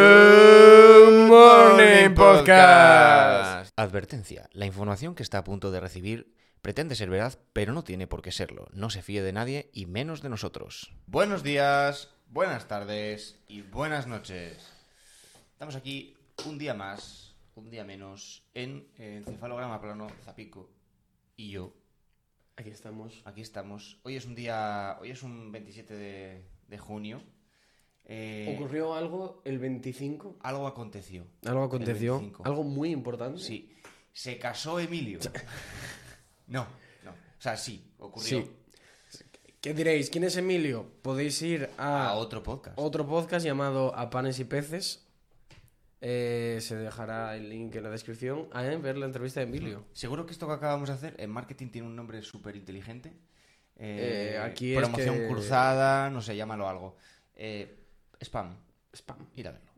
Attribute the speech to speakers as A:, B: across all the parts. A: Good Morning Podcast.
B: Advertencia. La información que está a punto de recibir pretende ser verdad, pero no tiene por qué serlo. No se fíe de nadie y menos de nosotros.
A: Buenos días, buenas tardes y buenas noches. Estamos aquí un día más, un día menos, en Encefalograma Plano, Zapico y yo.
C: Aquí estamos.
A: Aquí estamos. Hoy es un día, hoy es un 27 de, de junio. Eh,
C: ¿Ocurrió algo el 25?
A: Algo aconteció.
C: Algo
A: aconteció,
C: aconteció.
A: 25. algo
C: Algo muy importante.
A: Sí. Se casó Emilio. No, no. O sea, sí, ocurrió.
C: Sí. ¿Qué diréis? ¿Quién es Emilio? Podéis ir a,
A: A otro podcast.
C: otro podcast llamado A Panes y Peces. Eh, se dejará el link en la descripción a eh, ver la entrevista de Emilio.
A: Seguro que esto que acabamos de hacer en marketing tiene un nombre súper inteligente.
C: Eh, aquí es
A: Promoción
C: que-
A: cruzada, no sé, llámalo algo. Eh, spam,
C: Spam.
A: ir a verlo.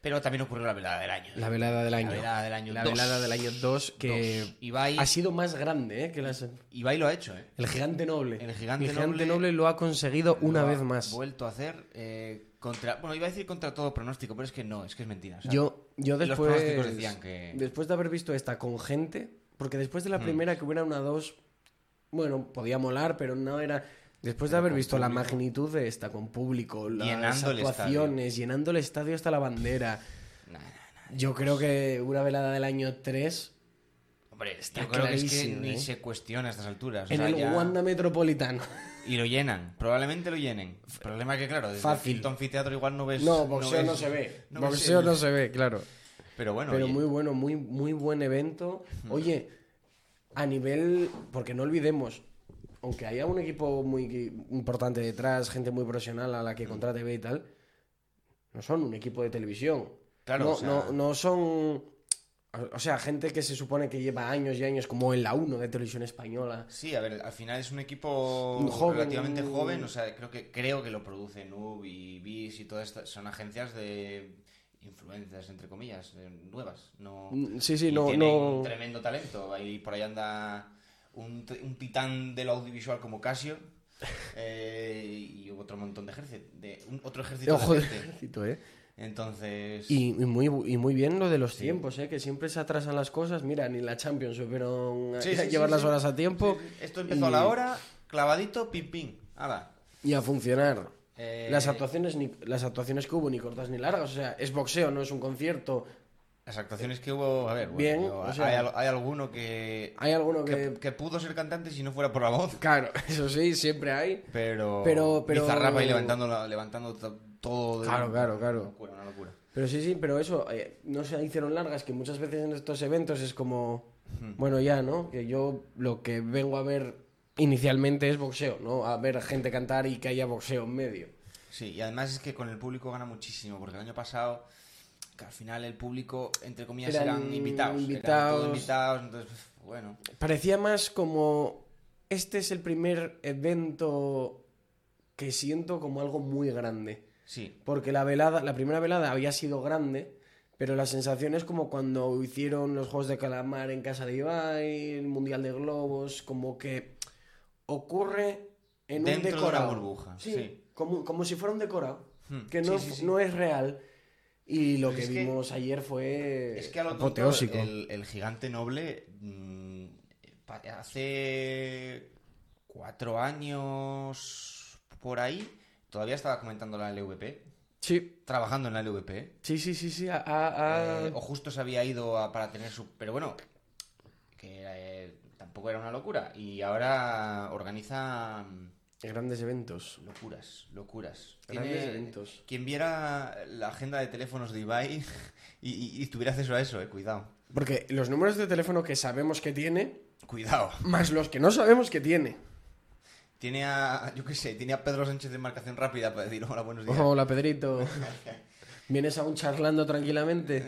A: Pero también ocurrió la velada del año.
C: La velada del año.
A: La velada del año
C: La
A: dos.
C: velada del año 2 que
A: Dos. Ibai,
C: ha sido más grande ¿eh? que las...
A: Ibai lo ha hecho, ¿eh?
C: El gigante noble.
A: El gigante noble-
C: noble, lo ha conseguido una
A: Lo ha
C: vez más.
A: Vuelto a hacer eh, contra. Bueno, iba a decir contra todo pronóstico, pero es que no, es que es mentira. o sea,
C: Yo, yo
A: los
C: después.
A: pronósticos decían que- Mm.
C: Después de haber visto esta con gente, porque después de la primera que hubiera una dos, bueno, podía molar, pero no era. Después de
A: Pero
C: haber
A: con
C: visto la
A: público.
C: magnitud de esta con público, las
A: Llenando el
C: actuaciones, llenando el estadio hasta la bandera.
A: nah, nah, nah.
C: Yo creo que una velada del año 3
A: Hombre,
C: Está
A: yo creo que es que
C: clarísimo,
A: ni
C: ¿eh?
A: se cuestiona a estas alturas. o
C: en
A: sea,
C: el
A: ya-
C: Wanda Metropolitano.
A: Y lo llenan, probablemente lo llenen. El problema es que, claro, desde
C: Fácil.
A: el quinto anfiteatro igual no ves.
C: No, boxeo
A: ves-
C: no se ve.
A: no ves
C: Boxeo
A: el-
C: no se ve, claro.
A: Pero bueno,
C: Pero
A: oye,
C: muy bueno, muy, muy buen evento. Oye, a nivel. Porque no olvidemos, aunque haya un equipo muy gui- importante detrás, gente muy profesional a la que contrate ve y tal, no son un equipo de televisión.
A: Claro,
C: no,
A: o sea-
C: no, no son. O sea, gente que se supone que lleva años y años, como en la 1 de televisión española.
A: Sí, a ver, al final es un equipo
C: Un joven.
A: relativamente joven. O sea, creo que, creo que lo producen Nub y Bis y todas estas. Son agencias de influencias, entre comillas, eh, nuevas. No,
C: Mm, sí, sí,
A: y
C: no-
A: tienen
C: no-
A: un tremendo talento. Ahí por ahí anda un, t- un titán del audiovisual como Casio. eh, y otro montón de ejército. De, un- otro ejército
C: Ojo
A: de
C: de
A: gente.
C: ejército, ¿eh?
A: Entonces.
C: Y, y muy, bu- y muy bien lo de los
A: Sí.
C: tiempos, ¿eh? que siempre se atrasan las cosas. Mira, ni la Champions supieron
A: Sí,
C: a-
A: sí, sí,
C: llevar las
A: sí.
C: horas a tiempo.
A: Sí, sí. Esto empezó a
C: Y-
A: la hora, clavadito, pim pim. Hala.
C: Y a funcionar.
A: Eh,
C: Las actuaciones, ni, las actuaciones que hubo ni cortas ni largas. O sea, es boxeo, no es un concierto.
A: Las actuaciones que hubo, a ver, bueno,
C: Bien,
A: yo-
C: o sea-
A: hay, al- hay alguno que,
C: Hay alguno que.
A: que, que pudo ser cantante si no fuera por la voz,
C: Claro, eso sí, siempre hay.
A: pero,
C: Pero- pero-
A: Bizarrapa y levantando, la- levantando to- todo. de-
C: Claro, claro, claro.
A: Una locura, una locura.
C: Pero sí, sí, pero eso, eh, no se hicieron largas, que muchas veces en estos eventos es como. Bueno, ya, ¿no? Que yo lo que vengo a ver inicialmente es boxeo, ¿no? A ver gente cantar y que haya boxeo en medio.
A: Sí, y además es que con el público gana muchísimo, porque el año pasado, que al final el público, entre comillas, eran,
C: Eran
A: invitados. Eran todos
C: invitados.
A: invitados, entonces, bueno.
C: Parecía más como. Este es el primer evento que siento como algo muy grande.
A: Sí,
C: Porque la velada, la primera velada había sido grande, pero la sensación es como cuando hicieron los Juegos de Calamar en casa de Ibai, el Mundial de Globos, como que ocurre en
A: Dentro de
C: un
A: una
C: decorado.
A: burbuja, sí.
C: Como, como si fuera un decorado,
A: Hmm,
C: que
A: sí,
C: no,
A: sí, sí.
C: no es real. Y lo
A: Pero
C: que
A: es que-
C: vimos ayer fue
A: Es que a lo tonto,
C: apoteósico.
A: el, el gigante noble mm, pa- hace cuatro años por ahí todavía estaba comentando la LVP,
C: Sí,
A: trabajando en la LVP,
C: sí, sí, sí, sí. a- a- a-
A: eh, o justo se había ido a- para tener su... Pero bueno, que eh, tampoco era una locura. Y ahora organiza mm,
C: Grandes eventos.
A: locuras, locuras.
C: Grandes
A: Tiene-
C: eventos.
A: Quien viera la agenda de teléfonos de Ibai y, y- y tuviera acceso a eso, eh, cuidado.
C: Porque los números de teléfono que sabemos que tiene,
A: Cuidado.
C: más los que no sabemos que tiene.
A: Tiene a, yo qué sé, tiene a Pedro Sánchez de marcación rápida para decir hola, buenos días.
C: Hola, Pedrito. ¿Vienes aún charlando tranquilamente?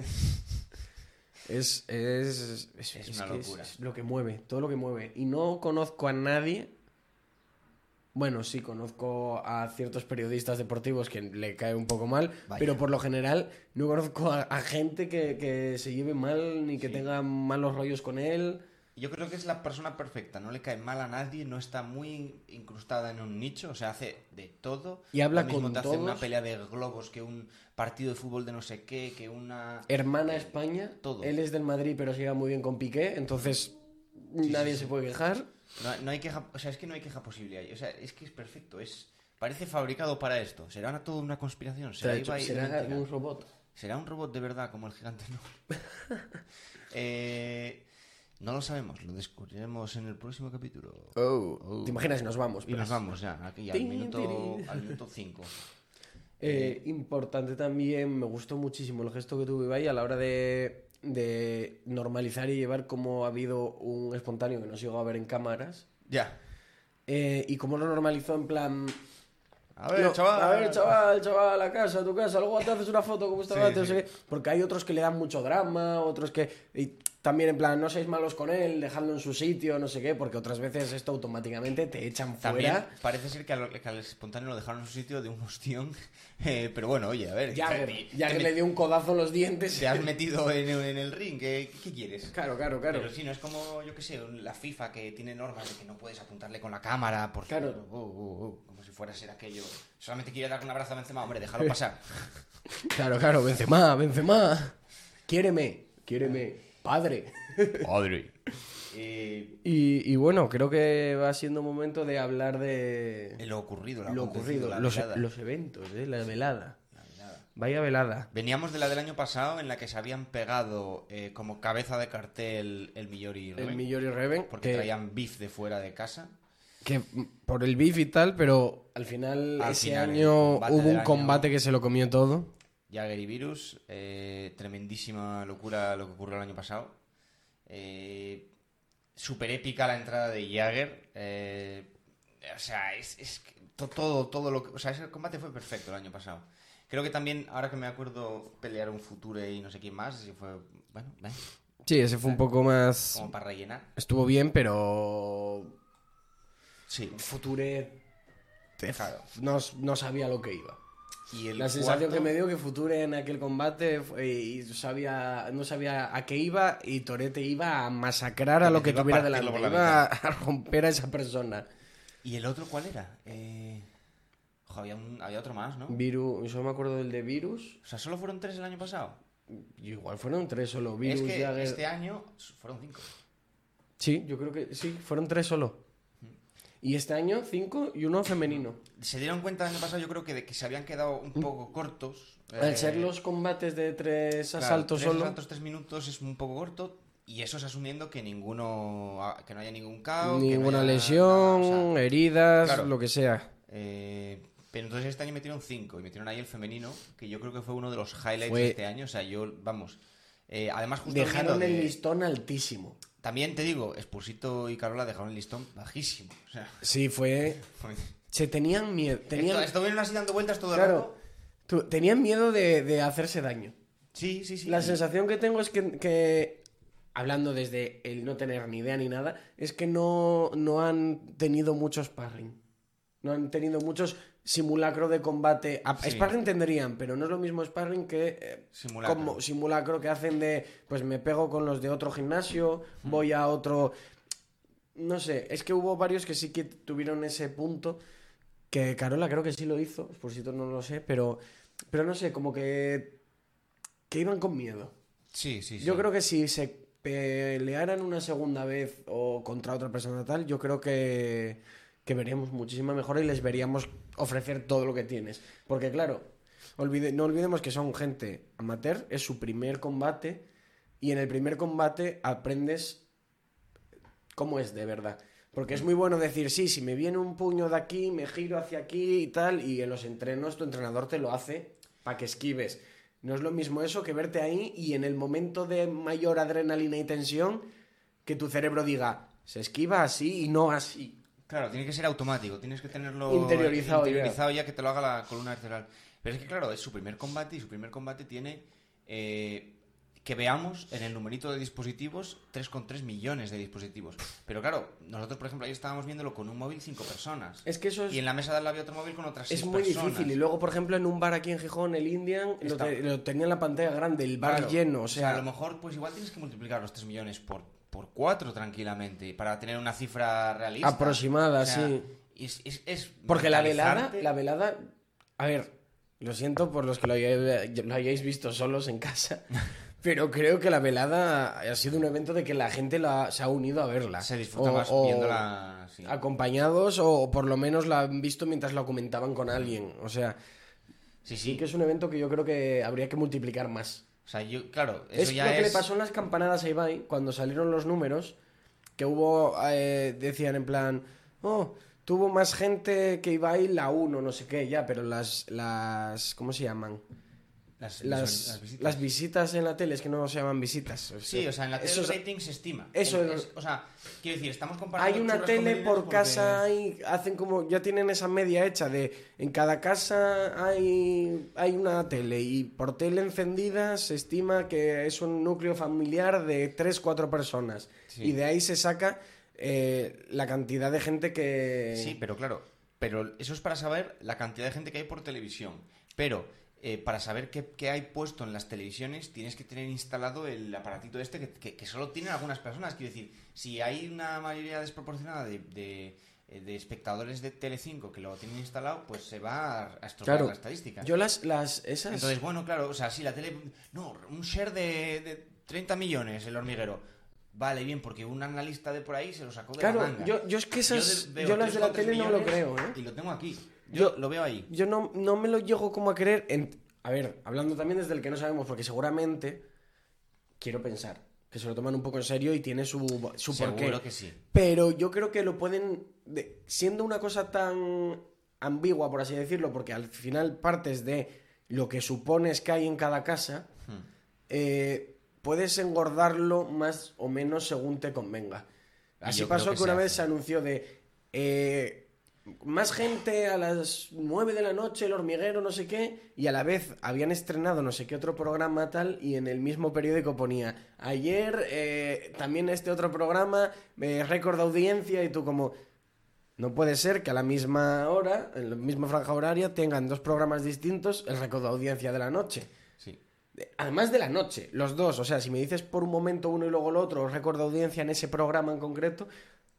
C: Es, es, es,
A: Es
C: es
A: una
C: que es-
A: locura.
C: es lo que mueve, todo lo que mueve. Y no conozco a nadie. Bueno, sí, conozco a ciertos periodistas deportivos que le cae un poco mal,
A: Vaya.
C: pero por lo general no conozco a, a gente que, que se lleve mal ni que
A: Sí.
C: tenga malos rollos con él.
A: Yo creo que es la persona perfecta, no le cae mal a nadie, no está muy incrustada en un nicho, o sea, hace de todo.
C: Y habla
A: Lo mismo
C: con
A: te hace una
C: todos.
A: pelea de globos, que un partido de fútbol de no sé qué, que una...
C: Hermana España,
A: Todo.
C: él es del Madrid, pero se lleva muy bien con Piqué, entonces nadie se puede quejar.
A: No, no hay queja, o sea, es que no hay queja posible ahí. O sea, es que es perfecto, es... Parece fabricado para esto. ¿Será una- todo una conspiración? ¿Será,
C: Será, hecho-
A: Ibai y
C: será
A: mentira?
C: un robot.
A: ¿Será un robot de verdad como el gigante? No. Eh, no lo sabemos, lo descubriremos en el próximo capítulo.
C: Oh, ¿Te imaginas si nos vamos?
A: Oh, Y nos vamos ya, aquí al
C: Tin,
A: minuto
C: tirín.
A: al minuto 5.
C: Eh, importante también, me gustó muchísimo el gesto que tuvo Ibai a la hora de, de normalizar y llevar cómo ha habido un espontáneo que no llegó a ver en cámaras.
A: Ya.
C: eh, y cómo lo normalizó en plan...
A: A ver,
C: no,
A: chaval.
C: A ver, chaval, chaval, a casa, a tu casa. Luego te haces una foto como estaba
A: Sí,
C: antes. no
A: sí.
C: sé qué. Porque hay otros que le dan mucho drama, otros que... y también en plan, no seáis malos con él, dejadlo en su sitio, no sé qué. Porque otras veces esto automáticamente te echan
A: También
C: fuera.
A: parece ser que al, que al espontáneo lo dejaron en su sitio de un ostión. eh, pero bueno, oye, a ver.
C: Ya
A: te-
C: ya
A: te
C: que
A: met-
C: le dio un codazo en los dientes.
A: Te has metido en, en el ring. ¿Qué, qué quieres?
C: Claro, claro, claro.
A: Pero sí, no es como, yo qué sé, un- la FIFA que tiene normas de que no puedes apuntarle con la cámara, porque
C: Claro.
A: oh, oh, oh, como si fuera a ser aquello. Solamente quiere dar un abrazo a Benzema, hombre, déjalo pasar.
C: Claro, claro, Benzema, Benzema. Quiéreme, quiéreme, padre.
A: Padre. Eh,
C: Y, y bueno, creo que va siendo momento de hablar de
A: lo ocurrido, lo,
C: lo
A: acontecido,
C: ocurrido,
A: la
C: los,
A: velada.
C: los eventos, ¿eh? la velada.
A: La velada.
C: Vaya velada.
A: Veníamos de la del año pasado en la que se habían pegado eh, como cabeza de cartel el Millori y
C: El
A: Rubén,
C: Millor eh, y Reven,
A: porque
C: que,
A: traían beef de fuera de casa.
C: que por el beef y tal, pero al final
A: Al
C: ese
A: final, el
C: año
A: combate
C: hubo
A: del
C: un
A: año.
C: combate que se lo comió todo.
A: Jagger y Virus, eh, tremendísima locura lo que ocurrió el año pasado. Eh, Súper épica la entrada de Jagger. eh, o sea, es, es que to- todo, todo lo que. O sea, ese combate fue perfecto el año pasado. Creo que también, ahora que me acuerdo, pelear un Future y no sé quién más, y fue. Bueno, eh,
C: Sí, ese fue un poco más...
A: como para rellenar.
C: Estuvo bien, pero...
A: Sí.
C: Future...
A: Claro.
C: No, no sabía lo que iba.
A: Y el
C: La sensación
A: cuarto-
C: que me dio que Future en aquel combate fue- y sabía, no sabía a qué iba y Torete iba a masacrar a lo
A: Torete
C: que
A: iba a
C: tuviera
A: partirlo
C: delante,
A: por la
C: iba a romper a esa persona.
A: ¿Y el otro cuál era? Eh, ojo, había, un- había otro más, ¿no?
C: Virus, yo me acuerdo del de Virus,
A: O sea, solo fueron tres el año pasado.
C: y igual fueron tres solo, Virus,
A: es que
C: Jagger-
A: este año fueron cinco.
C: Sí, yo creo que sí, fueron tres solo. Y este año cinco y uno femenino.
A: se dieron cuenta el año pasado, yo creo que de que se habían quedado un poco cortos.
C: Al
A: Eh,
C: ser los combates de tres
A: claro,
C: asaltos
A: tres
C: solo,
A: asaltos, tres minutos es un poco corto. Y eso es asumiendo que ninguno ah, que no haya ningún caos. que no
C: ninguna
A: haya
C: lesión,
A: nada, o sea,
C: heridas,
A: claro.
C: lo que sea.
A: eh, pero entonces este año metieron cinco. Y metieron ahí el femenino, que yo creo que fue uno de los highlights
C: Fue-
A: de este año. O sea, yo, vamos. eh, además, justo
C: Dejaron
A: viendo
C: el
A: de-
C: listón altísimo.
A: También te digo, Expulsito y Carola dejaron el listón bajísimo. O sea,
C: Sí, fue
A: fue-
C: Se tenían miedo. Tenían,
A: esto- estuvieron así dando vueltas todo el
C: claro,
A: rato.
C: tú- tenían miedo de, de hacerse daño.
A: Sí, sí, sí.
C: La
A: Y-
C: sensación que tengo es que, que, hablando desde el no tener ni idea ni nada, es que no, no han tenido mucho sparring. No han tenido muchos simulacro de combate. A-
A: Sí.
C: Sparring tendrían, pero no es lo mismo sparring que eh,
A: Simulacro.
C: como simulacro que hacen de, pues me pego con los de otro gimnasio, voy a otro... No sé, es que hubo varios que sí que tuvieron ese punto, que Carola creo que sí lo hizo, por si no lo sé, pero, pero no sé, como que, que iban con miedo.
A: Sí, sí, sí.
C: Yo creo que si se pelearan una segunda vez o contra otra persona tal, yo creo que, que veríamos muchísima mejora y les veríamos ofrecer todo lo que tienes. Porque claro, olvide- no olvidemos que son gente amateur, es su primer combate y en el primer combate aprendes cómo es de verdad. Porque es muy bueno decir, sí, si me viene un puño de aquí, me giro hacia aquí y tal, y en los entrenos tu entrenador te lo hace para que esquives. No es lo mismo eso que verte ahí y en el momento de mayor adrenalina y tensión, que tu cerebro diga, se esquiva así y no así.
A: Claro, tiene que ser automático, tienes que tenerlo
C: Interiorizado ya.
A: interiorizado ya. que te lo haga la columna vertebral. Pero es que, claro, es su primer combate y su primer combate tiene eh, que veamos en el numerito de dispositivos 3,3 millones de dispositivos. Pero claro, nosotros, por ejemplo, ahí estábamos viéndolo con un móvil cinco personas.
C: Es que eso es,
A: Y en la mesa de la había otro móvil con otras
C: es
A: seis
C: muy
A: personas.
C: difícil. Y luego, por ejemplo, en un bar aquí en Gijón, el Indian, lo,
A: Está-
C: te- lo tenía en la pantalla grande, el bar
A: Claro.
C: lleno, o sea...
A: a lo mejor, pues igual tienes que multiplicar los 3 millones por por cuatro tranquilamente para tener una cifra realista.
C: Aproximada, sí.
A: y Es, es- es
C: Porque la velada,
A: mentalizarte.
C: la velada, a ver, lo siento por los que lo, haya- lo hayáis visto solos en casa, pero creo que la velada ha sido un evento de que la gente la- se ha unido a verla.
A: se disfruta
C: O-
A: más
C: o
A: viéndola así.
C: acompañados o por lo menos la han visto mientras la comentaban con alguien. O sea,
A: Sí,
C: sí
A: sí.
C: que es un evento que yo creo que habría que multiplicar más.
A: O sea, yo, claro, eso
C: Es lo
A: ya
C: que
A: es.
C: le pasó en las campanadas a Ibai cuando salieron los números, que hubo, eh, decían en plan, oh, tuvo más gente que Ibai la 1, no sé qué, ya, pero las, las, ¿cómo se llaman?
A: las,
C: Las, las, visitas. en la tele, es que no se llaman visitas. o
A: Sí, o sea, en la tele
C: eso
A: el
C: es-
A: rating se estima.
C: eso
A: En-
C: es-
A: O sea, quiero decir, estamos comparando.
C: hay una
A: churras
C: tele
A: con
C: por
A: porque-
C: casa y hacen como, ya tienen esa media hecha de, en cada casa hay, hay una tele y por tele encendida se estima que es un núcleo familiar de 3, 4 personas.
A: Sí.
C: Y de ahí se saca eh, la cantidad de gente que...
A: Sí, pero claro, pero eso es para saber la cantidad de gente que hay por televisión. Pero eh, para saber qué, qué hay puesto en las televisiones, tienes que tener instalado el aparatito este que, que- que solo tienen algunas personas. Quiero decir, si hay una mayoría desproporcionada de, de- eh, de espectadores de Telecinco que lo tienen instalado, pues se va a, a estropear
C: Claro.
A: la estadística.
C: Yo las... las esas...
A: Entonces, bueno, claro, o sea, sí, la tele. No, un share de, de 30 millones, el hormiguero. Vale, bien, porque un analista de por ahí se lo sacó de
C: claro,
A: la manga.
C: yo, yo es que esas...
A: de-
C: Yo,
A: veo
C: las de la
A: 3,3
C: tele no lo
A: millones
C: creo, ¿eh?
A: Y lo tengo aquí. Yo, lo veo ahí.
C: Yo no, no me lo llego como a creer. en- A ver, hablando también desde el que no sabemos, porque seguramente quiero pensar que se lo toman un poco en serio y tiene su, su
A: Seguro
C: porqué.
A: que sí.
C: Pero yo creo que lo pueden. de- Siendo una cosa tan ambigua, por así decirlo, porque al final partes de lo que supones que hay en cada casa,
A: Hmm.
C: eh, puedes engordarlo más o menos según te convenga.
A: Y
C: Así
A: yo
C: pasó
A: creo
C: que,
A: que
C: una
A: se
C: vez
A: hace.
C: se anunció de eh, más gente a las 9 de la noche, el hormiguero, no sé qué, y a la vez habían estrenado no sé qué otro programa tal, y en el mismo periódico ponía ayer eh, también este otro programa, eh, récord de audiencia, y tú como. No puede ser que a la misma hora, en la misma franja horaria, tengan dos programas distintos el récord de audiencia de la noche.
A: Sí.
C: De- Además de la noche, los dos. O sea, si me dices por un momento uno y luego el otro, récord de audiencia en ese programa en concreto,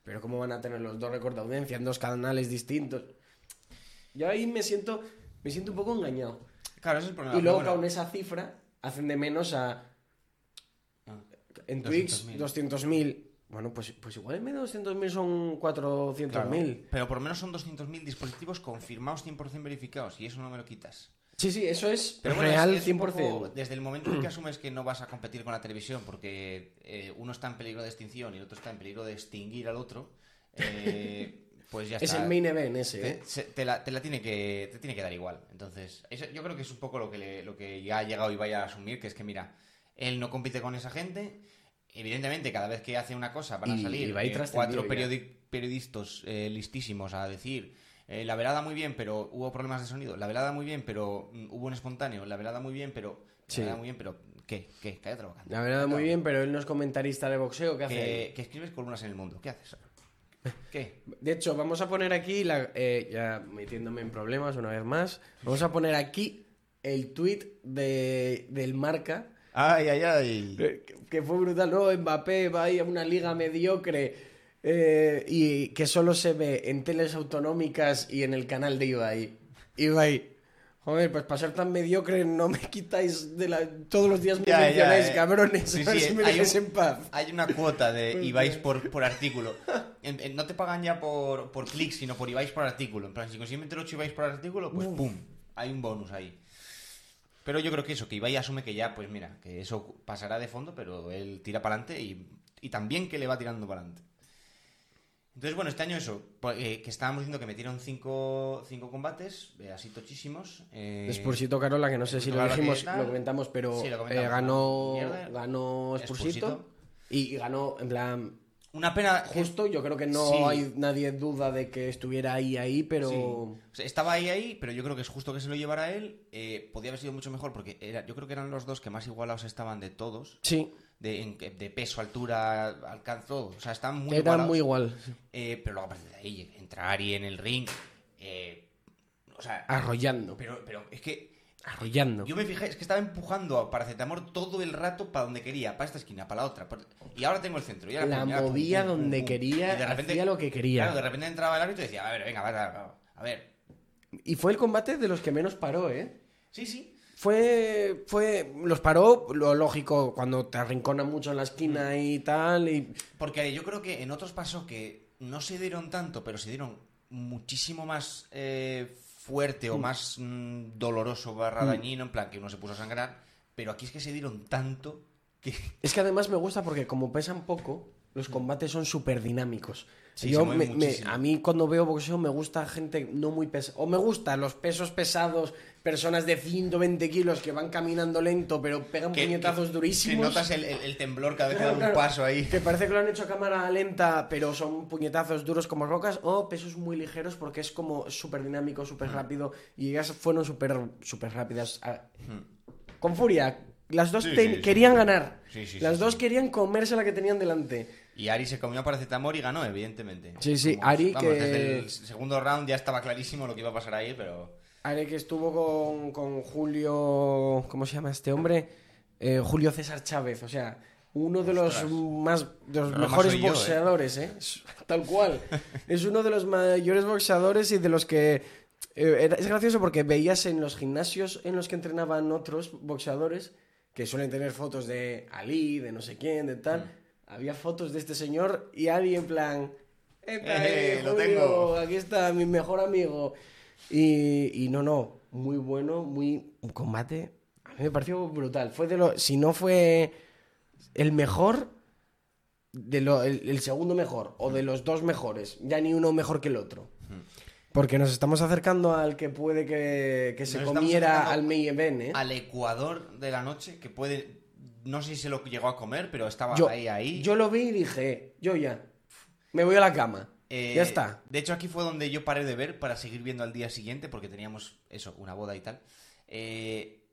C: pero ¿cómo van a tener los dos récord de audiencia en dos canales distintos? Yo ahí me siento, me siento un poco engañado.
A: Claro, ese es el problema.
C: y luego
A: pero
C: con
A: Ah, bueno.
C: esa cifra hacen de menos a...
A: Ah,
C: En
A: 200.000.
C: Twitch, 200.000. Bueno, pues, pues igual en vez de 200.000 son 400.000.
A: Claro. Pero por lo menos son 200.000 dispositivos confirmados 100% verificados y eso no me lo quitas.
C: Sí, sí, eso es
A: Pero bueno,
C: real
A: es- es un
C: 100%.
A: poco- desde el momento en que asumes que no vas a competir con la televisión porque eh, uno está en peligro de extinción y el otro está en peligro de extinguir al otro, eh, pues ya
C: Es
A: está.
C: el main event ese, ¿eh?
A: Te, se- te la, te la tiene que, te tiene que dar igual. Entonces, eso- yo creo que es un poco lo que, le- lo que ya ha llegado y vaya a asumir, que es que mira, él no compite con esa gente. Evidentemente, cada vez que hace una cosa van a
C: Y-
A: salir
C: y va a ir
A: eh,
C: trascendido
A: cuatro periodi- periodistas eh, listísimos a decir eh, la velada muy bien, pero hubo problemas de sonido. La velada muy bien, pero mm, hubo un espontáneo. La velada muy bien, pero...
C: Sí.
A: La velada muy bien, pero... ¿Qué? ¿Qué? Cállate la boca.
C: La verdad, muy bien, pero él no es comentarista de boxeo, ¿qué hace? ahí? Eh.
A: Que, que escribes columnas en el mundo. ¿Qué haces? ¿Qué?
C: De hecho, vamos a poner aquí, la- eh, ya metiéndome en problemas una vez más, vamos a poner aquí el tweet de, del marca,
A: Ay, ay, ay.
C: eh, que, que fue brutal, ¿no? Mbappé va a ir a una liga mediocre eh, y que solo se ve en teles autonómicas y en el canal de Ibai. Ibai, joder, pues para ser tan mediocre no me quitáis de la- todos los días me
A: Ya, ya,
C: mencionáis,
A: eh.
C: cabrones,
A: Sí,
C: a ver
A: sí,
C: si me
A: hay
C: dejáis
A: un-
C: en paz.
A: Hay una cuota de Ibais por, por artículo. En- en- no te pagan ya por, por clic, sino por Ibais por artículo. En plan, si consigues meter 8 Ibais por artículo, pues pum, hay un bonus ahí. Pero yo creo que eso, que Ibai asume que ya, pues mira, que eso pasará de fondo, pero él tira para adelante y, y también que le va tirando para adelante. Entonces, bueno, este año eso, po- eh, que estábamos diciendo que metieron 5 cinco, combates, eh, así tochísimos. eh,
C: Spursito Carola, que no sé si
A: Spursito
C: lo
A: Carola,
C: dijimos,
A: ¿qué tal?
C: lo comentamos, pero
A: Sí, lo comentamos.
C: eh, ganó,
A: Mierda.
C: ganó Spursito
A: Spursito.
C: y ganó, en plan,
A: Una pena...
C: justo, yo creo que no
A: Sí.
C: hay nadie duda de que estuviera ahí, ahí, pero...
A: Sí. O sea, estaba ahí, ahí, pero yo creo que es justo que se lo llevara él. Eh, podía haber sido mucho mejor porque era, yo creo que eran los dos que más igualados estaban de todos.
C: Sí,
A: De, en- de peso, altura, alcance, todo. O sea, estaban muy
C: era
A: igualados.
C: muy igual.
A: Eh, pero luego a partir de ahí, entra Ari en el ring. eh, o sea,
C: Arrollando.
A: pero, pero es que
C: arrollando.
A: Yo me fijé, es que estaba empujando a paracetamol todo el rato para donde quería, para esta esquina, para la otra. para- Y ahora tengo el centro. Y ahora
C: La
A: pum, y ahora pum,
C: movía
A: pum, pum,
C: donde
A: pum.
C: quería,
A: Y de repente-
C: hacía lo que quería.
A: Claro, de repente entraba el árbitro y decía, a ver, venga, va, va, va, a ver.
C: Y fue el combate de los que menos paró, ¿eh?
A: Sí, sí.
C: Fue, fue, los paró, lo lógico, cuando te arrinconan mucho en la esquina y tal, y
A: Porque yo creo que en otros pasó que no se dieron tanto, pero se dieron muchísimo más eh, fuerte o más mm, doloroso barra dañino, en plan que uno se puso a sangrar. Pero aquí es que se dieron tanto que...
C: Es que además me gusta porque como pesan poco, los combates son súper dinámicos.
A: Sí,
C: Yo
A: se mueven
C: me- me-
A: muchísimo.
C: a mí cuando veo boxeo me gusta gente no muy pesada. O me gustan los pesos pesados, personas de 120 kilos que van caminando lento pero pegan
A: que-
C: puñetazos
A: que-
C: durísimos.
A: Que notas el, el- el temblor cada vez que da
C: Claro,
A: un
C: claro.
A: paso ahí.
C: Que parece que lo han hecho a cámara lenta, pero son puñetazos duros como rocas, o pesos muy ligeros porque es como súper dinámico, súper rápido, y ellas fueron súper súper rápidas. a- Con furia. Las dos
A: Hmm. Sí,
C: te-
A: sí, sí,
C: querían
A: sí.
C: ganar.
A: Sí, sí,
C: Las
A: sí,
C: dos
A: sí.
C: querían comerse la que tenían delante.
A: Y Ari se comió a paracetamol y ganó, evidentemente.
C: Sí, sí, Ari
A: vamos,
C: que-
A: Desde el segundo round ya estaba clarísimo lo que iba a pasar ahí, pero...
C: Ale que estuvo con, con Julio. ¿Cómo se llama este hombre? Eh, Julio César Chávez, o sea, uno de
A: Ostras.
C: los más de los
A: Roma
C: mejores
A: soy yo, ¿eh?
C: boxeadores, ¿eh? Es- Tal cual. es uno de los mayores boxeadores y de los que. eh, era- es gracioso porque veías en los gimnasios en los que entrenaban otros boxeadores que suelen tener fotos de Ali, de no sé quién, de tal.
A: Mm.
C: Había fotos de este señor y Ali en plan. "Epa,
A: Eh, lo
C: Julio,
A: tengo".
C: aquí está mi mejor amigo. Y, y no, no, muy bueno, muy un combate. A mí me pareció brutal. Fue de lo, si no fue el mejor, de lo, el, el segundo mejor, o de los dos mejores, ya ni uno mejor que el otro. Porque nos estamos acercando al que puede que, que se
A: Nos estamos
C: comiera
A: acercando
C: al main event, ¿eh?
A: Al Ecuador de la noche, que puede... No sé si se lo llegó a comer, pero estaba
C: Yo,
A: ahí, ahí.
C: yo lo vi y dije, "Eh, yo ya, me voy a la cama.
A: Eh,
C: ya está.
A: De hecho, aquí fue donde yo paré de ver para seguir viendo al día siguiente, porque teníamos, eso, una boda y tal. Eh,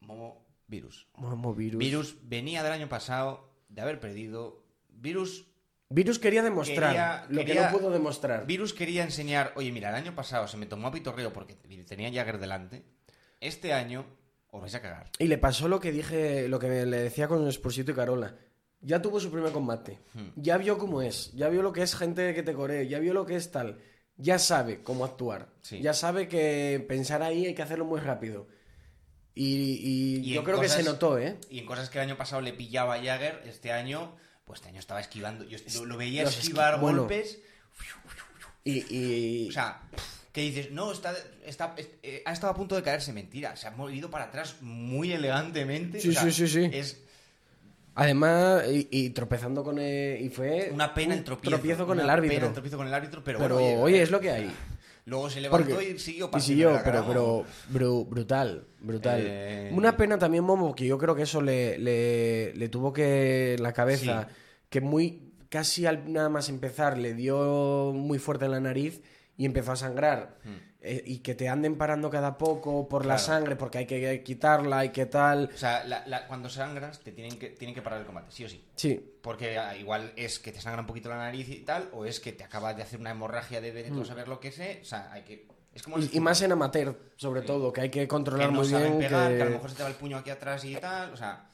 A: Momo Virus.
C: Momo virus.
A: Virus venía del año pasado de haber perdido. Virus
C: Virus quería demostrar
A: Quería-
C: lo
A: quería-
C: que no pudo demostrar.
A: Virus quería enseñar, oye, mira, el año pasado se me tomó a pitorreo porque tenía Jagger delante. Este año os vais a cagar.
C: Y le pasó lo que dije, lo que le decía con Spursito y Carola. Ya tuvo su primer combate.
A: Hmm.
C: Ya vio cómo es. Ya vio lo que es gente que te coree. Ya vio lo que es tal. Ya sabe cómo actuar.
A: Sí.
C: Ya sabe que pensar ahí hay que hacerlo muy rápido. Y, y
A: Y
C: yo
A: en
C: creo que se
A: cosas-
C: notó, ¿eh?
A: Y en cosas que el año pasado le pillaba a Jagger, este año, pues este año estaba esquivando. Yo lo, lo veía
C: Los esqui-
A: esquivar
C: bueno.
A: golpes.
C: Y, y-
A: O sea, que dices, no, está, está, eh, ha estado a punto de caerse. Mentira, se ha movido para atrás muy elegantemente.
C: Sí,
A: O sea,
C: sí, sí, sí.
A: Es
C: además, y, y tropezando con el- Y fue.
A: una pena
C: un
A: el tropiezo.
C: con
A: una
C: el
A: pena
C: árbitro.
A: el tropiezo con el árbitro, pero,
C: pero
A: bueno,
C: oye,
A: oye,
C: es lo que hay.
A: Luego se levantó
C: Porque-
A: y siguió
C: Y
A: partiendo,
C: siguió,
A: la
C: pero,
A: cagamos.
C: pero bru- brutal, brutal.
A: Eh,
C: Una pena también, Momo, que yo creo que eso le, le, le tuvo que en la cabeza,
A: Sí.
C: que muy casi al nada más empezar le dio muy fuerte en la nariz y empezó a sangrar.
A: Hmm.
C: Eh, y que te anden parando cada poco por la
A: Claro.
C: sangre, porque hay que quitarla y qué tal.
A: O sea, la- la- cuando sangras te tienen que, tienen que parar el combate, sí o sí.
C: Sí,
A: Porque ah, igual es que te sangra un poquito la nariz y tal, o es que te acabas de hacer una hemorragia de vete tú a saber lo que sé. O sea, hay que. Es como. el
C: Hmm. y, y
A: fútbol,
C: más en amateur, sobre todo, que hay que
A: que
C: controlar
A: no
C: muy
A: saben
C: bien.
A: pegar, que...
C: que-
A: a lo mejor se te va el puño aquí atrás y tal. O sea,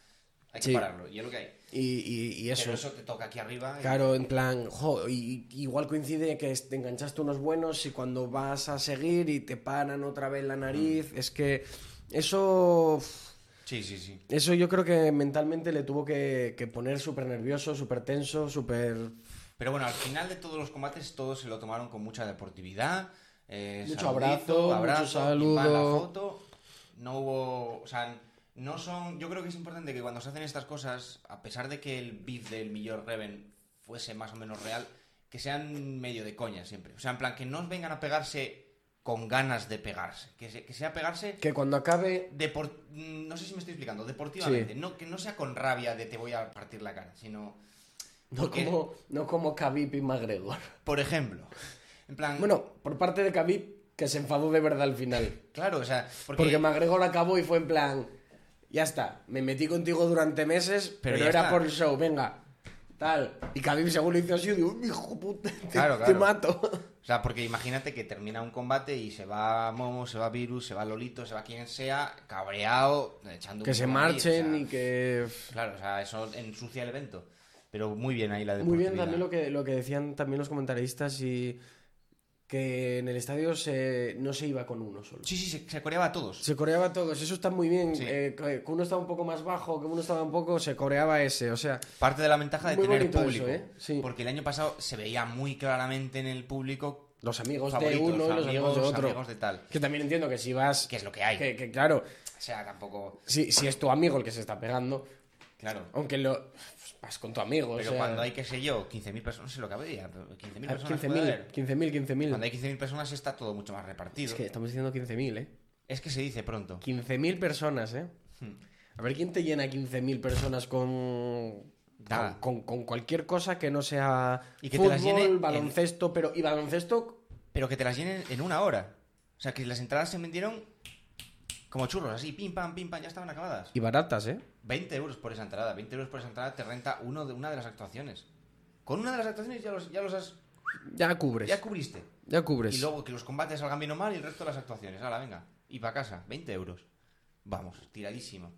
A: hay que
C: Sí.
A: pararlo. Y es lo que hay.
C: y, y- y eso.
A: Pero eso te toca aquí arriba. ¿eh? y-
C: Claro, en plan, jo, y- y- igual coincide que te enganchaste unos buenos y cuando vas a seguir y te paran otra vez la nariz, es que eso,
A: Sí, sí, sí.
C: eso yo creo que mentalmente le tuvo que, que poner súper nervioso, súper tenso, súper...
A: Pero bueno, al final de todos los combates, todos se lo tomaron con mucha deportividad. eh,
C: Mucho
A: saludizo,
C: abrazo, mucho
A: pim, pam,
C: saludo.
A: La foto. No hubo. O sea, no son. Yo creo que es importante que cuando se hacen estas cosas, a pesar de que el beef del Millor Reven fuese más o menos real, que sean medio de coña siempre. O sea, en plan, que no vengan a pegarse con ganas de pegarse. Que, se- que sea pegarse.
C: Que cuando acabe...
A: depor- mm, no sé si me estoy explicando, deportivamente. No, que no sea con rabia de te voy a partir la cara, sino.
C: No
A: Porque-
C: como, no como Khabib y McGregor.
A: Por ejemplo. En plan.
C: Bueno, por parte de Khabib, que se enfadó de verdad al final.
A: Claro, o sea, porque,
C: Porque McGregor acabó y fue en plan, ya está, me metí contigo durante meses, pero,
A: Pero ya
C: era
A: está.
C: por el show, venga. tal. Y Khabib según lo hizo así, digo, hijo puta, te,
A: Claro,
C: te
A: claro.
C: mato.
A: O sea, porque imagínate que termina un combate y se va Momo, se va Virus, se va Lolito, se va quien sea, cabreado, echando un
C: que se
A: poco ahí, o sea,
C: marchen y que...
A: Claro, o sea, eso ensucia el evento. Pero muy bien ahí la
C: Muy bien
A: deportividad.
C: también lo que, lo que decían también los comentaristas y que en el estadio se, no se iba con uno solo.
A: Sí, sí, se, se coreaba a todos.
C: Se coreaba todos, eso está muy bien.
A: Sí.
C: eh, que que uno estaba un poco más bajo, que uno estaba un poco, se coreaba ese. O sea,
A: Parte de la ventaja de
C: Muy
A: tener
C: bonito
A: público.
C: eso, ¿eh? Sí.
A: Porque el año pasado se veía muy claramente en el público
C: los amigos
A: favoritos,
C: de uno y los amigos,
A: amigos,
C: de otro.
A: amigos de tal.
C: Que también entiendo que si vas.
A: que es lo que hay.
C: Que, que claro,
A: O sea, tampoco.
C: si, si es tu amigo el que se está pegando,
A: Claro.
C: aunque lo. pues, Vas con tu amigo.
A: Pero
C: o sea,
A: cuando hay, qué sé yo, 15.000 personas, no sé lo que había, pero 15.000
C: ah,
A: personas. puede
C: 15.000,
A: haber.
C: 15.000, 15.000.
A: Cuando hay 15.000 personas está todo mucho más repartido.
C: Es que estamos diciendo 15.000, ¿eh?
A: se dice pronto.
C: 15.000 personas, ¿eh?
A: Hmm.
C: A ver quién te llena 15.000 personas con.
A: Nada.
C: Con, con cualquier cosa que no sea
A: Y que te
C: fútbol,
A: las llene en-
C: baloncesto, pero. Y baloncesto
A: Pero que te las llenen en una hora. O sea, que las entradas se vendieron como churros, así, pim, pam, pim, pam, ya estaban acabadas.
C: Y baratas, ¿eh?
A: 20 euros por esa entrada. 20 euros por esa entrada te renta uno de, una de las actuaciones. Con una de las actuaciones ya los, ya los has-
C: Ya cubres.
A: ya
C: Ya,
A: cubriste.
C: cubres.
A: Y luego que los combates salgan bien o mal y el resto de las actuaciones. Ahora, venga. Y para casa, 20 euros. Vamos, tiradísimo.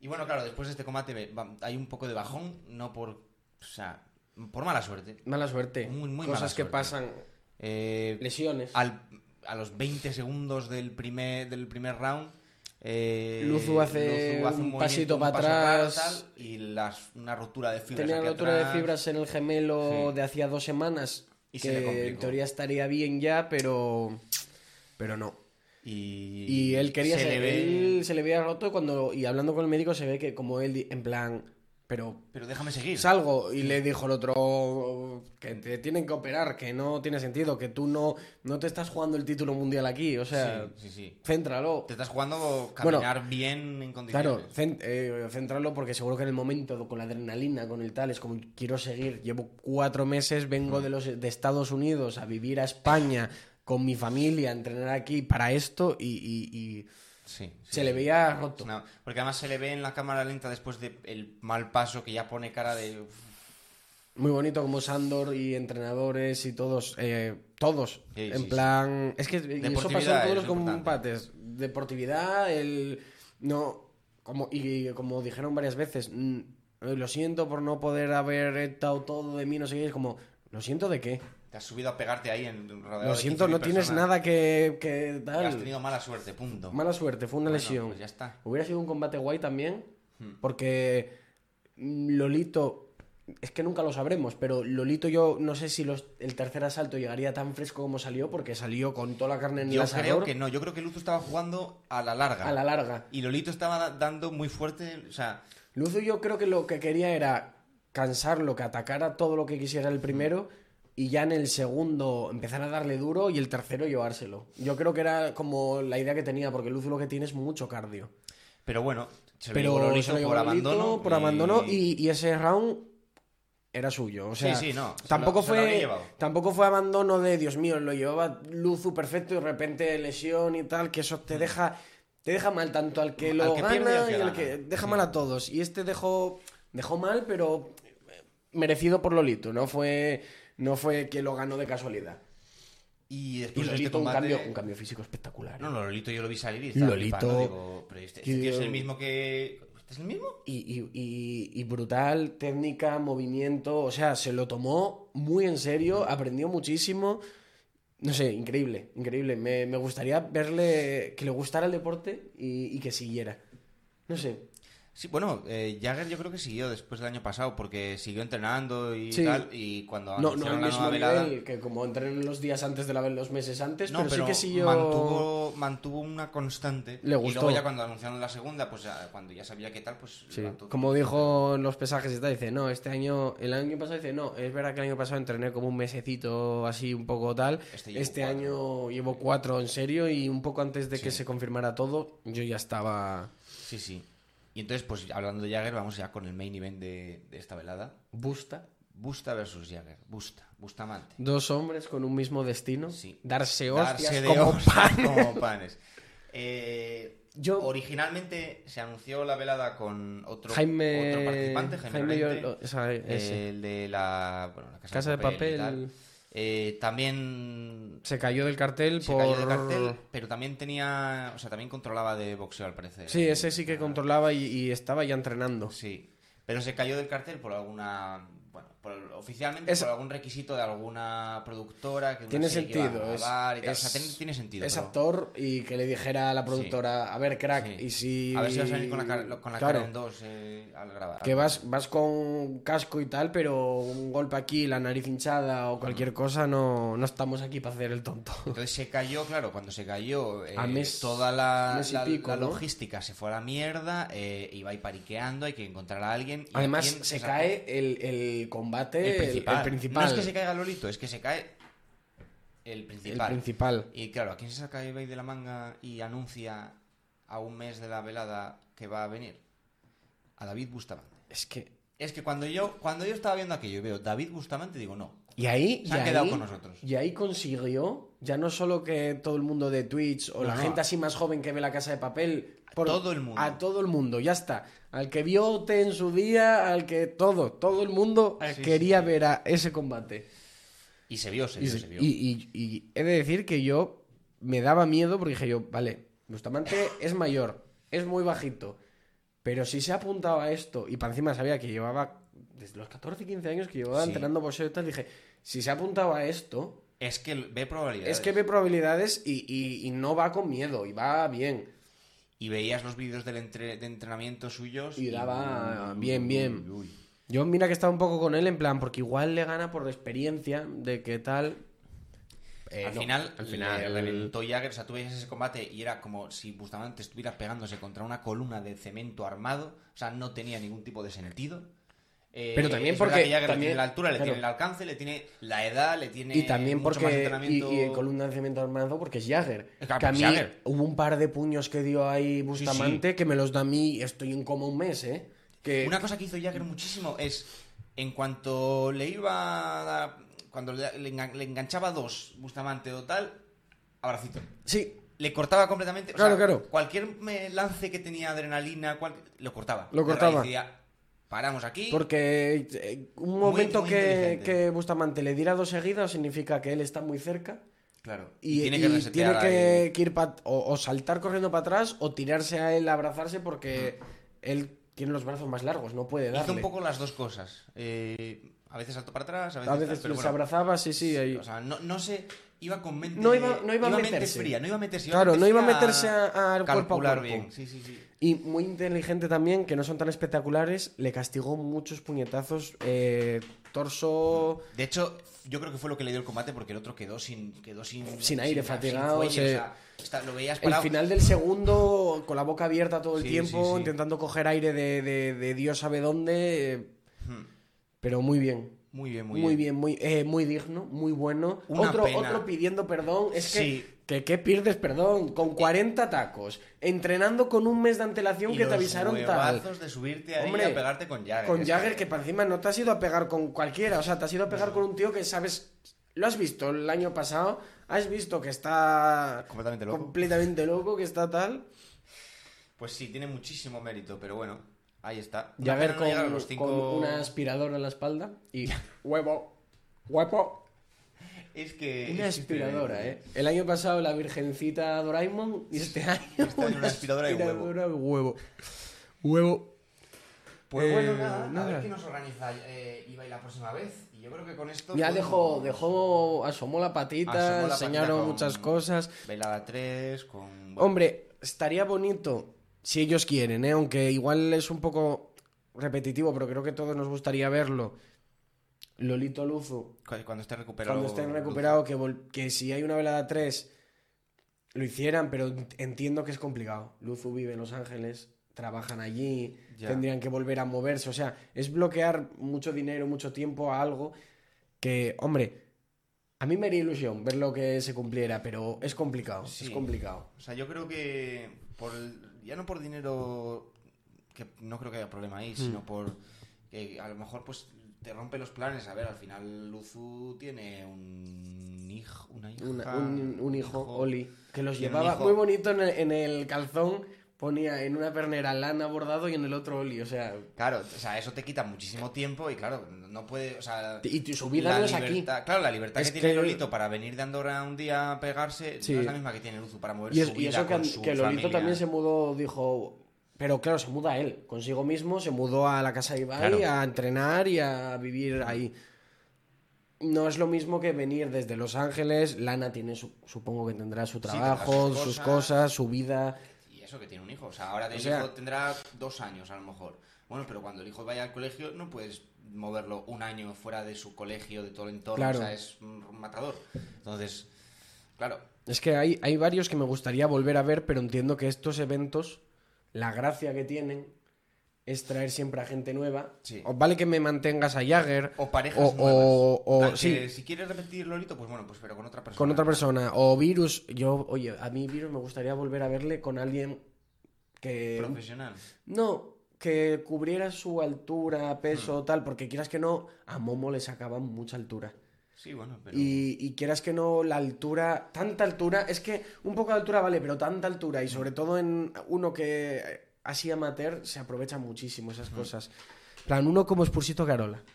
A: Y bueno, claro, después de este combate ve- va- hay un poco de bajón, no por. O sea, por mala suerte.
C: Mala suerte.
A: Muy, muy
C: Cosas
A: mala
C: que
A: suerte.
C: pasan.
A: Eh,
C: Lesiones.
A: al- a los 20 segundos del primer, del primer round. eh,
C: Luzu hace un
A: movimiento,
C: pasito pa'
A: paso para
C: atrás.
A: tal, y las- una rotura de fibras.
C: Tenía
A: aquí
C: rotura de
A: atrás.
C: fibras en el gemelo
A: Sí.
C: de hacía dos semanas.
A: Y se
C: que
A: le complicó.
C: en teoría estaría bien ya, pero. Pero no.
A: Y,
C: Y él quería
A: se
C: se
A: le ve-
C: él se le veía roto cuando. Y hablando con el médico se ve que como él, di- en plan. Pero.
A: Pero déjame seguir.
C: Salgo y le dijo el otro que te tienen que operar, que no tiene sentido, que tú no, no te estás jugando el título mundial aquí, o sea,
A: Sí, sí, sí.
C: céntralo.
A: Te estás jugando
C: Bueno,
A: caminar bien en condiciones.
C: Claro, cen- eh, centrarlo porque seguro que en el momento, con la adrenalina, con el tal, es como quiero seguir. Llevo cuatro meses, vengo de, los, de Estados Unidos a vivir a España con mi familia, a entrenar aquí para esto y, y- y
A: Sí, sí,
C: se
A: sí.
C: le veía roto.
A: No, porque además se le ve en la cámara lenta después del mal paso que ya pone cara de. "Uf".
C: Muy bonito como Sandor y entrenadores y todos, eh, todos,
A: Sí,
C: en
A: sí,
C: plan... Es que y eso pasó en
A: Deportividad
C: todos
A: es
C: los
A: lo importante.
C: combates. Deportividad, el... No, como, y como dijeron varias veces, mm, eh, lo siento por no poder haber estado todo de mí, no sé qué, es como, ¿lo siento de qué?
A: Te has subido a pegarte ahí en rodeado
C: Lo
A: de
C: siento,
A: 15.000
C: no tienes
A: personas.
C: nada que, que
A: Y Has
C: tal.
A: tenido mala suerte, punto.
C: Mala suerte, fue una
A: Bueno,
C: lesión.
A: pues ya está.
C: Hubiera sido un combate guay también,
A: Hmm.
C: porque mm, Lolito, es que nunca lo sabremos, pero Lolito yo no sé si los- el tercer asalto llegaría tan fresco como salió, porque salió con toda la carne en el
A: Yo creo
C: asador
A: que no, yo creo que Luzu estaba jugando a la larga.
C: a la larga.
A: Y Lolito estaba da- dando muy fuerte, o sea,
C: Luzu yo creo que lo que quería era cansarlo, que atacara todo lo que quisiera
A: Hmm.
C: el primero. Y ya en el segundo empezar a darle duro y el tercero llevárselo. Yo creo que era como la idea que tenía, porque Luzu lo que tiene es mucho cardio.
A: pero bueno, se lo
C: pero
A: llevó Lolito
C: se lo llevó
A: por
C: Lolito
A: abandono.
C: por abandono y, y ese round era suyo o sea
A: Sí, sí, no, se
C: tampoco
A: lo- se lo había
C: fue
A: llevado.
C: tampoco fue abandono de Dios mío lo llevaba Luzu perfecto y de repente lesión y tal que eso te deja te deja mal tanto al que
A: Mm. Al
C: lo
A: que pierde y al
C: gana
A: que
C: y al
A: gana. Mm.
C: que deja
A: Sí.
C: mal a todos y este dejó dejó mal pero merecido por Lolito no fue no fue que lo ganó de casualidad
A: Y
C: y
A: después de este
C: Lolito
A: combate.
C: un cambio un cambio físico espectacular ¿eh?
A: No, no, Lolito yo lo vi salir y estaba
C: Lolito-
A: flipando, digo, pero este, este
C: y-
A: tío es el mismo que... ¿Este es el mismo?
C: Y, y- y- y brutal, técnica, movimiento, o sea, se lo tomó muy en serio, aprendió muchísimo. No sé, increíble, increíble. Me, me gustaría verle que le gustara el deporte y, y que siguiera. No sé,
A: Sí, bueno, eh, Jagger yo creo que siguió después del año pasado porque siguió entrenando y
C: Sí.
A: tal. Y cuando
C: no, no
A: anunciaron
C: al
A: la
C: mismo
A: nueva velada-
C: nivel que como entrenan los días antes de la los meses antes,
A: No,
C: pero,
A: pero,
C: sí que siguió.
A: mantuvo, mantuvo una constante.
C: Le
A: Y
C: gustó.
A: luego ya cuando anunciaron la segunda, pues ya- cuando ya sabía qué tal, pues...
C: Sí,
A: mantuvo-
C: Como dijo en los pesajes, y tal, dice, no, este año, el año pasado dice, no, es verdad que el año pasado entrené como un mesecito así, un poco tal.
A: Este
C: Este,
A: llevo cuatro.
C: año llevo cuatro en serio y un poco antes de que
A: Sí.
C: se confirmara todo, yo ya estaba...
A: Sí, sí. Y entonces, pues hablando de Jagger, vamos ya con el main event de, de esta velada.
C: Busta.
A: Busta versus Jagger. Busta. Bustamante.
C: Dos hombres con un mismo destino.
A: Sí.
C: Darse hostias
A: Darse de
C: como
A: hostias
C: pan.
A: como panes. Eh,
C: Yo-
A: Originalmente se anunció la velada con otro,
C: Jaime.
A: otro participante, Jaime,
C: yo-
A: Llorente,
C: o sea, ese.
A: el de la, bueno, la Casa,
C: Casa de
A: y
C: Papel.
A: tal. Eh, también
C: Se cayó del cartel
A: se
C: por.
A: cayó de cartel, pero también tenía, o sea, también controlaba de boxeo al parecer.
C: Sí, ese sí que controlaba y, y estaba ya entrenando.
A: Sí, pero se cayó del cartel por alguna, bueno, por- oficialmente
C: Es-
A: por algún requisito de alguna productora que una
C: Tiene
A: serie que iba a
C: sentido, es-
A: grabar y tal. O sea,
C: es-
A: tiene, tiene sentido.
C: es
A: pero-
C: actor y que le dijera a la productora, a ver, crack,
A: Sí.
C: y si...
A: A ver si vas a venir con la, cara- con la
C: Claro,
A: cara en dos eh, al grabar.
C: que vas, vas con casco y tal, pero un golpe aquí, la nariz hinchada o cualquier cosa, no, no estamos aquí para hacer el tonto.
A: Entonces se cayó, claro, cuando se cayó, eh,
C: A mes-
A: toda la,
C: mes y
A: la-
C: pico,
A: la
C: ¿no?
A: logística se fue a la mierda, eh, iba a ir pariqueando, hay que encontrar a alguien. y
C: Además,
A: ¿quién
C: se
A: sacó?
C: cae el, el combate,
A: el principal.
C: el principal.
A: No es que se caiga Lolito, es que se cae el
C: el
A: principal.
C: principal.
A: Y claro, ¿a quién se saca eBay de la manga y anuncia a un mes de la velada que va a venir? A David Bustamante.
C: Es que...
A: Es que cuando yo, cuando yo estaba viendo aquello y veo David Bustamante, digo, no.
C: Y ahí,
A: Se han
C: y
A: quedado
C: ahí-
A: con nosotros.
C: Y ahí consiguió, ya no solo que todo el mundo de Twitch o la
A: No, no.
C: gente así más joven que ve la casa de papel.
A: todo el mundo.
C: A todo el mundo, ya está. Al que vio T en su día, al que todo, todo el mundo
A: Ah, sí,
C: quería ver a ese combate.
A: Y se vio, se
C: Y,
A: vio, se vio.
C: y- y- y he de decir que yo me daba miedo porque dije yo, vale, Bustamante es mayor, es muy bajito, pero si se apuntaba a esto, y para encima sabía que llevaba desde los 14, 15 años que llevaba
A: Sí.
C: entrenando boxeo y tal, dije, si se apuntaba a esto,
A: Es que ve probabilidades.
C: es que ve probabilidades y, y- y no va con miedo, y va bien.
A: Y veías los vídeos del entre- de entrenamiento suyos.
C: Y daba bien,
A: uy, uy,
C: bien.
A: uy.
C: Yo mira que estaba un poco con él en plan, porque igual le gana por experiencia de que tal... Eh,
A: al,
C: no,
A: final,
C: al final,
A: le
C: el-
A: reventó Jagger. O sea, tú veías ese combate y era como si Bustamante estuviera pegándose contra una columna de cemento armado. O sea, no tenía ningún tipo de sentido. Eh,
C: Pero también
A: es verdad
C: porque-
A: que Jagger le
C: también-
A: tiene la altura, le
C: claro.
A: tiene el alcance, le tiene la edad, le tiene.
C: Y también
A: Eh, mucho más
C: porque. Y,
A: entrenamiento.
C: y el columna de cemento armado porque es Jagger.
A: Es claro,
C: que a
A: pero
C: mí
A: es Jagger.
C: hubo un par de puños que dio ahí Bustamante que me los da a mí y estoy en coma un mes, ¿eh? Que.
A: Una cosa que hizo Jagger muchísimo es, en cuanto le iba a dar- cuando le, le engan- le enganchaba dos, Bustamante o tal, abracito.
C: Sí,
A: Le cortaba completamente. o
C: Claro,
A: sea,
C: claro.
A: Cualquier me- lance que tenía adrenalina, cual- lo cortaba.
C: Lo
A: De raíz
C: cortaba.
A: decía, Paramos aquí.
C: porque eh, un momento
A: muy
C: que,
A: inteligente.
C: que Bustamante le diera dos seguidas significa que él está muy cerca.
A: Claro.
C: Y, y tiene que,
A: resetear ahí.
C: que ir pa- o, o saltar corriendo para atrás o tirarse a él a abrazarse porque él tiene los brazos más largos, no puede darle.
A: Hizo un poco las dos cosas. Eh, a veces saltó para atrás, a veces,
C: a
A: tal,
C: veces se
A: pero bueno.
C: abrazaba, sí, sí. ahí.
A: O sea, no, no se iba con mente
C: No iba- no iba a
A: mente
C: meterse.
A: fría, no iba a meterse.
C: Claro, no iba a meterse a- al cuerpo a
A: calcular
C: cuerpo.
A: bien. Sí, sí, sí.
C: Y muy inteligente también, que no son tan espectaculares, le castigó muchos puñetazos, eh, torso...
A: De hecho, yo creo que fue lo que le dio el combate porque el otro quedó sin quedó sin,
C: Sin aire, fatigado,
A: fuelle,
C: se-
A: o sea, está- lo veías
C: El
A: parado.
C: final del segundo, con la boca abierta todo el
A: Sí,
C: tiempo,
A: sí, sí.
C: intentando coger aire de, de- de Dios sabe dónde, eh,
A: Hmm.
C: pero muy bien.
A: Muy bien, muy,
C: Muy, bien, muy, eh, muy digno, muy bueno.
A: Una
C: otro,
A: pena.
C: otro pidiendo perdón. Es
A: Sí.
C: que, que, ¿qué pierdes perdón? Con 40 tacos, entrenando con un mes de antelación
A: Y
C: que te
A: los
C: avisaron tal.
A: huevazos de subirte ahí
C: Hombre,
A: a pegarte con Jagger.
C: Con
A: es
C: Jagger, que para encima no te has ido a pegar con cualquiera, o sea, te has ido a pegar con un tío que sabes, lo has visto el año pasado, has visto que está
A: Completamente loco.
C: completamente loco, que está tal.
A: Pues sí, tiene muchísimo mérito, pero bueno, ahí está. Una
C: Jagger
A: pena no llegar a
C: con,
A: los cinco...
C: con una aspiradora en la espalda y huevo, huevo.
A: Es que...
C: Una
A: es que es
C: aspiradora,
A: tremendo.
C: eh. El año pasado la virgencita Doraemon y este año
A: Este año una aspiradora y huevo.
C: aspiradora y huevo. Huevo.
A: Pues
C: Eh,
A: bueno, nada, a
C: nada.
A: ver qué nos organiza eh, Ibai la próxima vez. Y yo creo que con esto...
C: Ya
A: podemos-
C: dejó, dejó, asomó la patita,
A: Asomó la patita
C: enseñaron
A: con-
C: muchas cosas.
A: Velada 3, con...
C: Hombre, estaría bonito si ellos quieren, ¿eh? aunque igual es un poco repetitivo, pero creo que todos nos gustaría verlo. Lolito Luzu,
A: Cu- Cuando esté recuperado...
C: cuando estén recuperados, que, vol- que si hay una velada 3, lo hicieran, pero ent- entiendo que es complicado. Luzu vive en Los Ángeles, trabajan allí,
A: Ya.
C: tendrían que volver a moverse, o sea, es bloquear mucho dinero, mucho tiempo a algo que, hombre, a mí me haría ilusión ver lo que se cumpliera, pero es complicado, es
A: Sí.
C: complicado.
A: O sea, yo creo que por el- ya no por dinero, que no creo que haya problema ahí, sino por que a lo mejor pues te rompe los planes. A ver, al final Luzu tiene un hijo, una hija,
C: Una- un, un hijo, Oli, que los
A: Tiene un
C: llevaba
A: hijo.
C: muy bonito en el, en el calzón, ponía en una pernera lana bordado y en el otro Oli. O sea,
A: Claro, o sea, eso te quita muchísimo tiempo y claro, no puede, o sea,
C: y tu- su vida no es aquí.
A: libertad, Claro, la libertad
C: Es
A: que tiene
C: que-
A: Lolito para venir de Andorra un día a pegarse
C: Sí.
A: no es la misma que tiene Luzu para mover
C: Y, es-
A: su
C: y
A: vida
C: eso que,
A: con su
C: que Lolito
A: familia.
C: también se mudó, dijo. Pero claro, se muda él, consigo mismo, se mudó a la casa de Ibai
B: Claro.
C: a entrenar y a vivir ahí. No es lo mismo que venir desde Los Ángeles. Lana tiene, su- supongo que tendrá su
A: tendrá
C: trabajo,
A: sus
C: sus
A: cosas.
C: cosas, su vida.
A: Y eso que tiene un hijo, o sea, ahora del
C: sea-
A: hijo tendrá dos años a lo mejor. Bueno, pero cuando el hijo vaya al colegio no puedes moverlo un año fuera de su colegio, de todo el entorno,
C: Claro.
A: o sea, es un matador. Entonces, claro,
C: Es que hay, hay varios que me gustaría volver a ver, pero entiendo que estos eventos, la gracia que tienen es traer siempre a gente nueva.
A: Sí.
C: O vale que me mantengas a Jagger.
A: o parejas
C: o-
A: nuevas.
C: o-
A: Tal
C: sí.
A: que Si quieres repetir Lolito, pues bueno, pues pero con otra persona.
C: con otra persona. O Virus, yo, oye, a mí Virus me gustaría volver a verle con alguien que...
A: Profesional.
C: No, que cubriera su altura, peso,
A: Hmm.
C: tal, porque quieras que no, a Momo le sacaban mucha altura.
A: Sí, bueno, pero...
C: Y, y quieras que no, la altura, tanta altura, es que un poco de altura vale, pero tanta altura, y sobre todo en uno que eh, así amateur, se aprovecha muchísimo esas cosas. En plan, uno como Spursito Carola.
A: Sí,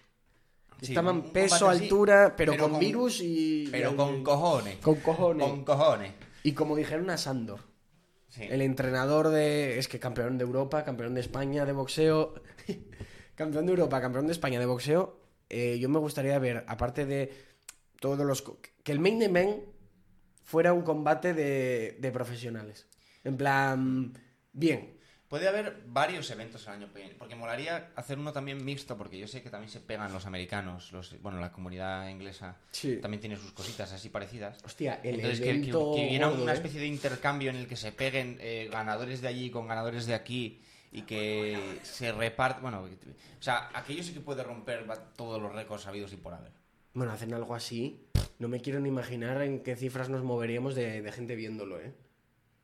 A: un-
C: Estaban
A: un
C: peso,
A: combate así,
C: altura, pero, con,
A: con-
C: virus y...
A: Pero
C: y-
A: con cojones.
C: con cojones.
A: Con cojones.
C: Y como dijeron a Sandor,
A: Sí.
C: el entrenador de. Es que campeón de Europa, campeón de España de boxeo. campeón de Europa, campeón de España de boxeo. eh, yo me gustaría ver, aparte de todos los. co- Que el main event fuera un combate de, de profesionales. En plan. Bien.
A: Puede haber varios eventos el año que viene, porque molaría hacer uno también mixto, porque yo sé que también se pegan los americanos, los, bueno, la comunidad inglesa
C: Sí.
A: también tiene sus cositas así parecidas.
C: Hostia, el
A: Entonces, que, que,
C: evento.
A: que hubiera
C: gordo,
A: una
C: ¿eh?
A: especie de intercambio en el que se peguen eh, ganadores de allí con ganadores de aquí y que se reparte. Bueno, o sea, aquello sí que puede romper va- todos los récords sabidos y por haber.
C: Bueno, hacen algo así. No me quiero ni imaginar en qué cifras nos moveríamos de, de gente viéndolo, ¿eh?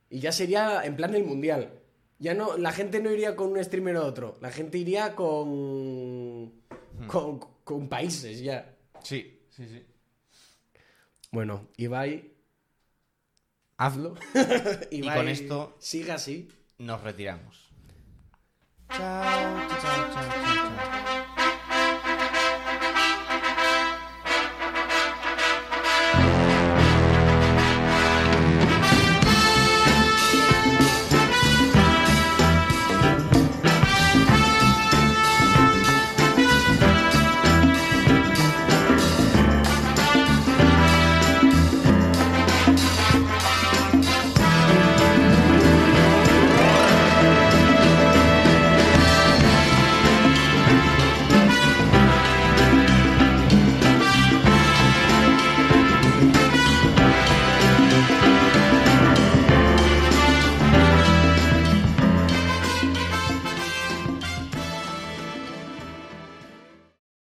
C: Y ya sería en plan el mundial. Ya no, la gente no iría con un streamer o otro. La gente iría con.
A: Hmm.
C: con, con países ya.
A: Sí, sí, sí.
C: Bueno, Ibai. Hazlo. Ibai,
A: con esto-
C: Siga así.
A: Nos retiramos.
B: Chao, chao, chao, chao, chao.